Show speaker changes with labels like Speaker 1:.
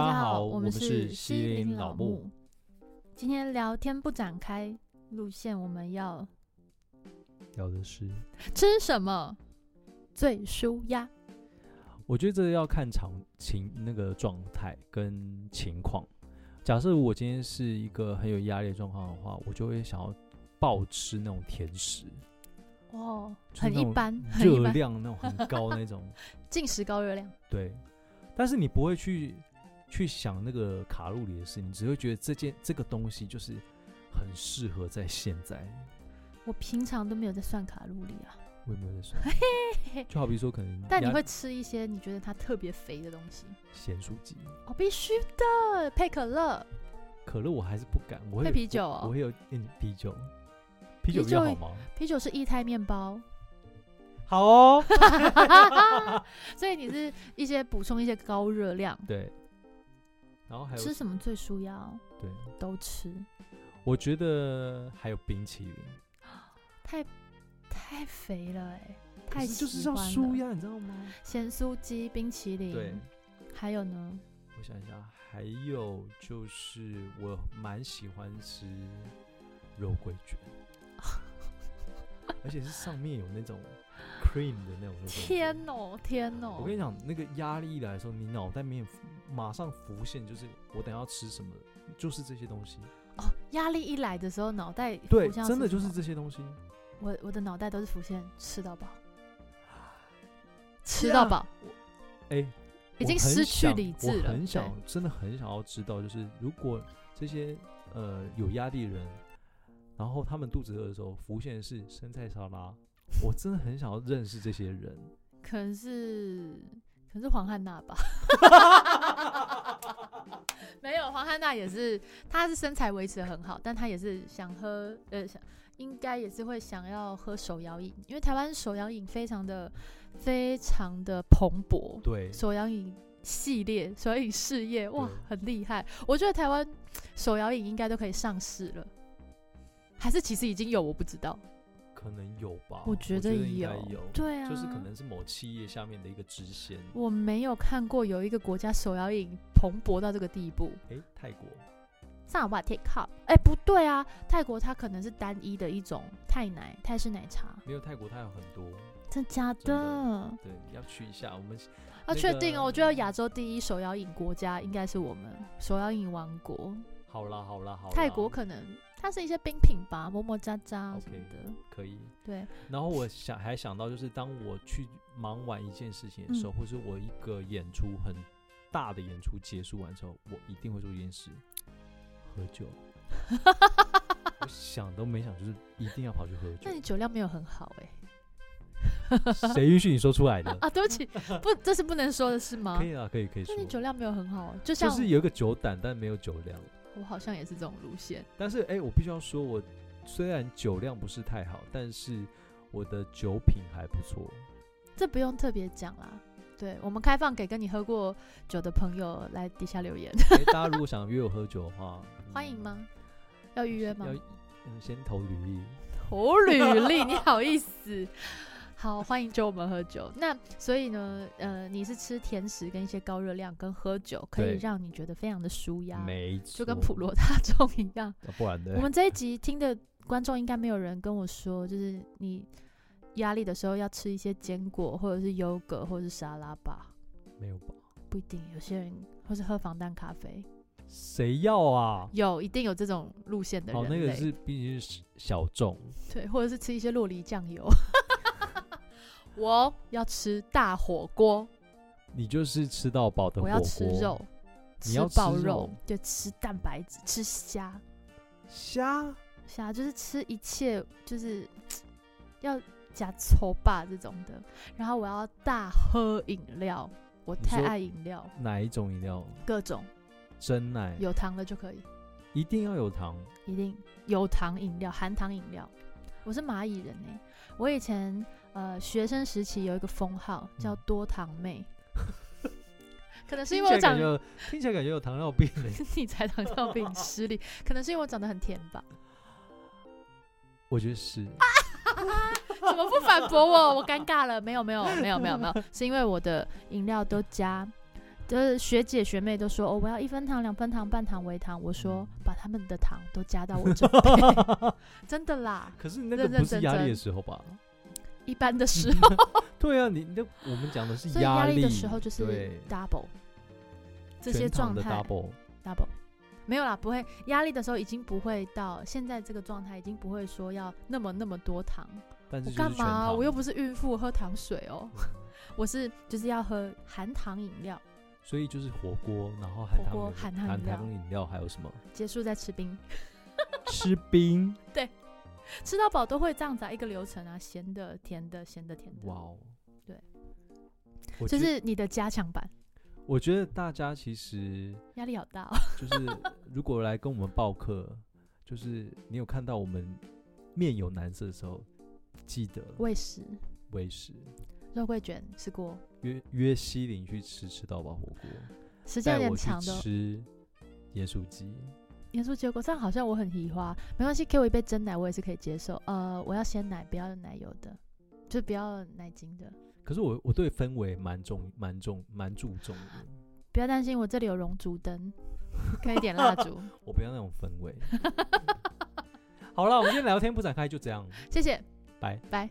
Speaker 1: 们
Speaker 2: 我们
Speaker 1: 是
Speaker 2: 是西林老木。
Speaker 1: 今天聊天不展开路线，我们要
Speaker 2: 聊的是，
Speaker 1: 吃什么最舒压？
Speaker 2: 我觉得这要看场情那个状态跟情况。假设我今天是一个很有压力的状况的话，我就会想要暴吃那种甜食，
Speaker 1: 哦，
Speaker 2: 就是
Speaker 1: 很
Speaker 2: 那
Speaker 1: 一
Speaker 2: 种
Speaker 1: 般，很一
Speaker 2: 热
Speaker 1: 般，
Speaker 2: 量那种 很高那种，
Speaker 1: 进食高热量。
Speaker 2: 对。但是你不会去去想那个卡路里的事，你只会觉得这件这个东西就是很适合在现在。
Speaker 1: 我平常都没有在算卡路里啊，
Speaker 2: 我也没有在算，就好比说可能
Speaker 1: 但你
Speaker 2: 压
Speaker 1: 会吃一些你觉得它特别肥的东西。
Speaker 2: 咸酥鸡，
Speaker 1: 哦，必须的，配可乐。
Speaker 2: 可乐我还是不敢，我会
Speaker 1: 配啤酒哦
Speaker 2: 我我会有点啤酒，啤酒
Speaker 1: 啤
Speaker 2: 比较
Speaker 1: 酒
Speaker 2: 好吗？
Speaker 1: 啤酒是液态面包，
Speaker 2: 好 哦，
Speaker 1: 所以你是一些补充一些高热量。
Speaker 2: 对。然后还有
Speaker 1: 吃什么最舒压哦？
Speaker 2: 对，
Speaker 1: 都吃，
Speaker 2: 我觉得还有冰淇淋，
Speaker 1: 太太肥了哎、
Speaker 2: 可
Speaker 1: 太
Speaker 2: 是就是
Speaker 1: 喜
Speaker 2: 要
Speaker 1: 欢
Speaker 2: 舒
Speaker 1: 了
Speaker 2: 压，你知道吗？
Speaker 1: 咸酥鸡、冰淇淋，
Speaker 2: 对，
Speaker 1: 还有呢，
Speaker 2: 我想一下，还有就是我蛮喜欢吃肉桂 卷，而且是上面有那种 cream 的那种肉桂卷。
Speaker 1: 天哦，天哦，
Speaker 2: 我跟你讲，那个压力一来的时候，你脑袋里面浮马上浮现就是我等一下要吃什么，就是这些东西。
Speaker 1: 哦，压力一来的时候，脑袋
Speaker 2: 对，
Speaker 1: 浮现要
Speaker 2: 真的
Speaker 1: 吃
Speaker 2: 就
Speaker 1: 什
Speaker 2: 是
Speaker 1: 么
Speaker 2: 这些东西。
Speaker 1: 我我的脑袋都是浮现吃 到饱，
Speaker 2: 是
Speaker 1: 吃
Speaker 2: 啊
Speaker 1: 到饱，
Speaker 2: 哎、
Speaker 1: 已
Speaker 2: 我很
Speaker 1: 经失去
Speaker 2: 想
Speaker 1: 理智了，
Speaker 2: 我很
Speaker 1: 对
Speaker 2: 想，真的很想要知道，就是如果这些呃有压力的人，然后他们肚子饿的时候浮现的是生菜沙拉，我真的很想要认识这些人。
Speaker 1: 可能是可能是黄汉娜吧。 没有，黄汉娜也是，她是身材维持的很好，但她也是想喝，呃，想应该也是会想要喝手摇饮，因为台湾手摇饮非常的非常的蓬勃，
Speaker 2: 对，
Speaker 1: 手摇饮系列、手摇饮事业，哇
Speaker 2: 对，
Speaker 1: 很厉害。我觉得台湾手摇饮应该都可以上市了，还是其实已经有，我不知道。
Speaker 2: 可能有吧。
Speaker 1: 我
Speaker 2: 我
Speaker 1: 觉得
Speaker 2: 得应该
Speaker 1: 有
Speaker 2: 有，
Speaker 1: 对啊
Speaker 2: 就是可能是某企业下面的一个支线。
Speaker 1: 我没有看过有一个国家手摇饮蓬勃到这个地步。
Speaker 2: 哎、泰国
Speaker 1: 萨瓦铁卡，哎，不对啊，泰国它可能是单一的一种泰奶、泰式奶茶，
Speaker 2: 没有泰国，它有很多。
Speaker 1: 真假的？
Speaker 2: 真的对，要去一下。我们那
Speaker 1: 要确定
Speaker 2: 个
Speaker 1: 哦，我觉得亚洲第一手摇饮国家应该是我们手摇饮王国。
Speaker 2: 好啦，好啦，好啦。
Speaker 1: 泰国可能它是一些冰品吧，么么喳喳什么
Speaker 2: OK
Speaker 1: 的。
Speaker 2: 可以。
Speaker 1: 对，
Speaker 2: 然后我想还想到，就是当我去忙完一件事情的时候，
Speaker 1: 嗯
Speaker 2: 或是我一个演出很大的演出结束完之后，我一定会做一件事，喝酒。我想都没想，就是一定要跑去喝
Speaker 1: 那你
Speaker 2: 酒。
Speaker 1: 酒量没有很好欸哎、
Speaker 2: 谁允许你说出来的？
Speaker 1: 啊，对不起，不，这是不能说的是吗
Speaker 2: 可？以啊，可以可以
Speaker 1: 那
Speaker 2: 说。
Speaker 1: 你酒量没有很好，
Speaker 2: 就
Speaker 1: 就像
Speaker 2: 是有一个酒胆，但没有酒量。
Speaker 1: 我好像也是这种路线。
Speaker 2: 但是哎、我必须要说，我虽然酒量不是太好，但是我的酒品还不错。
Speaker 1: 这不用特别讲啦。对我们开放给跟你喝过酒的朋友来底下留言，
Speaker 2: 哎、大家如果想约我喝酒的话，嗯
Speaker 1: 欢迎吗？要预约吗
Speaker 2: 要？嗯先投履历。
Speaker 1: 投履历，你好 意思？好，欢迎酒我们喝酒。那所以呢，呃，你是吃甜食跟一些高热量，跟喝酒可以
Speaker 2: 对
Speaker 1: 让你觉得非常的舒压，
Speaker 2: 没错，
Speaker 1: 就跟普罗大众一样。
Speaker 2: 啊，不然的
Speaker 1: 我们这一集听的观众应该没有人跟我说，就是你压力的时候要吃一些坚果，或者是优格，或者是沙拉吧。
Speaker 2: 没有吧？
Speaker 1: 不一定，有些人或是喝防弹咖啡，
Speaker 2: 谁要啊？
Speaker 1: 有一定有这种路线的人
Speaker 2: 哦，
Speaker 1: 类。
Speaker 2: 那个是毕竟是小众，
Speaker 1: 对，或者是吃一些洛梨 酱油。我要吃大火锅，
Speaker 2: 你就是吃到饱的
Speaker 1: 我
Speaker 2: 火
Speaker 1: 要
Speaker 2: 锅。
Speaker 1: 吃肉，
Speaker 2: 你要吃
Speaker 1: 爆
Speaker 2: 肉
Speaker 1: 对，吃蛋白质，吃虾，
Speaker 2: 虾，
Speaker 1: 虾就是吃一切，就是要加抽吧这种的。然后我要大喝饮料，我
Speaker 2: 你
Speaker 1: 太
Speaker 2: 说
Speaker 1: 爱饮料，
Speaker 2: 哪一种饮料？
Speaker 1: 各种
Speaker 2: 真奶
Speaker 1: 有糖的就可以。
Speaker 2: 一定要有糖，
Speaker 1: 一定有糖饮料，含糖饮料。我是蚂蚁人哎、我以前呃学生时期有一个封号叫
Speaker 2: 嗯
Speaker 1: 多糖 妹，可能是
Speaker 2: 听起
Speaker 1: 因为我
Speaker 2: 来
Speaker 1: 长
Speaker 2: 感觉听起来感觉有糖尿病嘞。
Speaker 1: 你才糖 尿病吃力，可能是因为我长得很甜吧？
Speaker 2: 我觉得是，
Speaker 1: 啊怎么不反驳我？我尴尬了。没有没有没有没有没有，是因为我的饮料都加就是学姐学妹都说哦，我要一分糖、两分糖、半糖、微糖。我说 把他们的糖都加到我这 杯，真的啦。
Speaker 2: 可 是那个
Speaker 1: 认
Speaker 2: 不
Speaker 1: 认
Speaker 2: 是
Speaker 1: 真
Speaker 2: 压力
Speaker 1: 真
Speaker 2: 的时候吧？
Speaker 1: 一般的时候，
Speaker 2: 对啊，你那我们讲的是
Speaker 1: 所以压
Speaker 2: 力
Speaker 1: 力的时候就是
Speaker 2: 对
Speaker 1: double 这
Speaker 2: 全
Speaker 1: 些
Speaker 2: 糖
Speaker 1: 状
Speaker 2: 的
Speaker 1: 态
Speaker 2: double。
Speaker 1: double 没有啦，不会压力的时候已经不会到现在这个状态，已经不会说要那么那么多糖。
Speaker 2: 但是
Speaker 1: 我
Speaker 2: 就是
Speaker 1: 干
Speaker 2: 全
Speaker 1: 嘛啊？
Speaker 2: 糖
Speaker 1: 我又不是孕妇，喝糖水哦， 我是就是要喝含糖饮料，
Speaker 2: 所以就是火锅，然后含
Speaker 1: 火
Speaker 2: 糖
Speaker 1: 锅
Speaker 2: 饮
Speaker 1: 含糖
Speaker 2: 含
Speaker 1: 饮
Speaker 2: 糖饮料，还有 什么？
Speaker 1: 啊结束再吃冰，
Speaker 2: 吃冰。
Speaker 1: 吃到饱都会这样子、啊、一个流程啊，咸的、甜的、咸的、甜的，
Speaker 2: 哇哦，
Speaker 1: 对，
Speaker 2: 我
Speaker 1: 这
Speaker 2: 觉
Speaker 1: 是你的加强版，
Speaker 2: 我觉得大家其实
Speaker 1: 压力好大哦。
Speaker 2: 就是如果来跟我们报课，就是你有看到我们面有难色的时候，记得
Speaker 1: 喂食、
Speaker 2: 喂食，
Speaker 1: 肉桂卷、吃锅，
Speaker 2: 约约西林去吃吃到饱火锅，
Speaker 1: 时
Speaker 2: 带
Speaker 1: 间有点
Speaker 2: 我去
Speaker 1: 长的哦。
Speaker 2: 吃盐酥鸡。
Speaker 1: 严肃结果，这样好像我很移花，没关系，给我一杯真奶，我也是可以接受。呃，我要鲜奶，不要奶油的，就不要奶精的。
Speaker 2: 可是我我对氛围蛮重蛮重蛮注重的，
Speaker 1: 不要担心，我这里有熔烛灯， 可以点蜡 烛。
Speaker 2: 我不要那种氛 围。好了，我们今天聊天不展开，就这样。
Speaker 1: 谢谢，
Speaker 2: 拜
Speaker 1: 拜。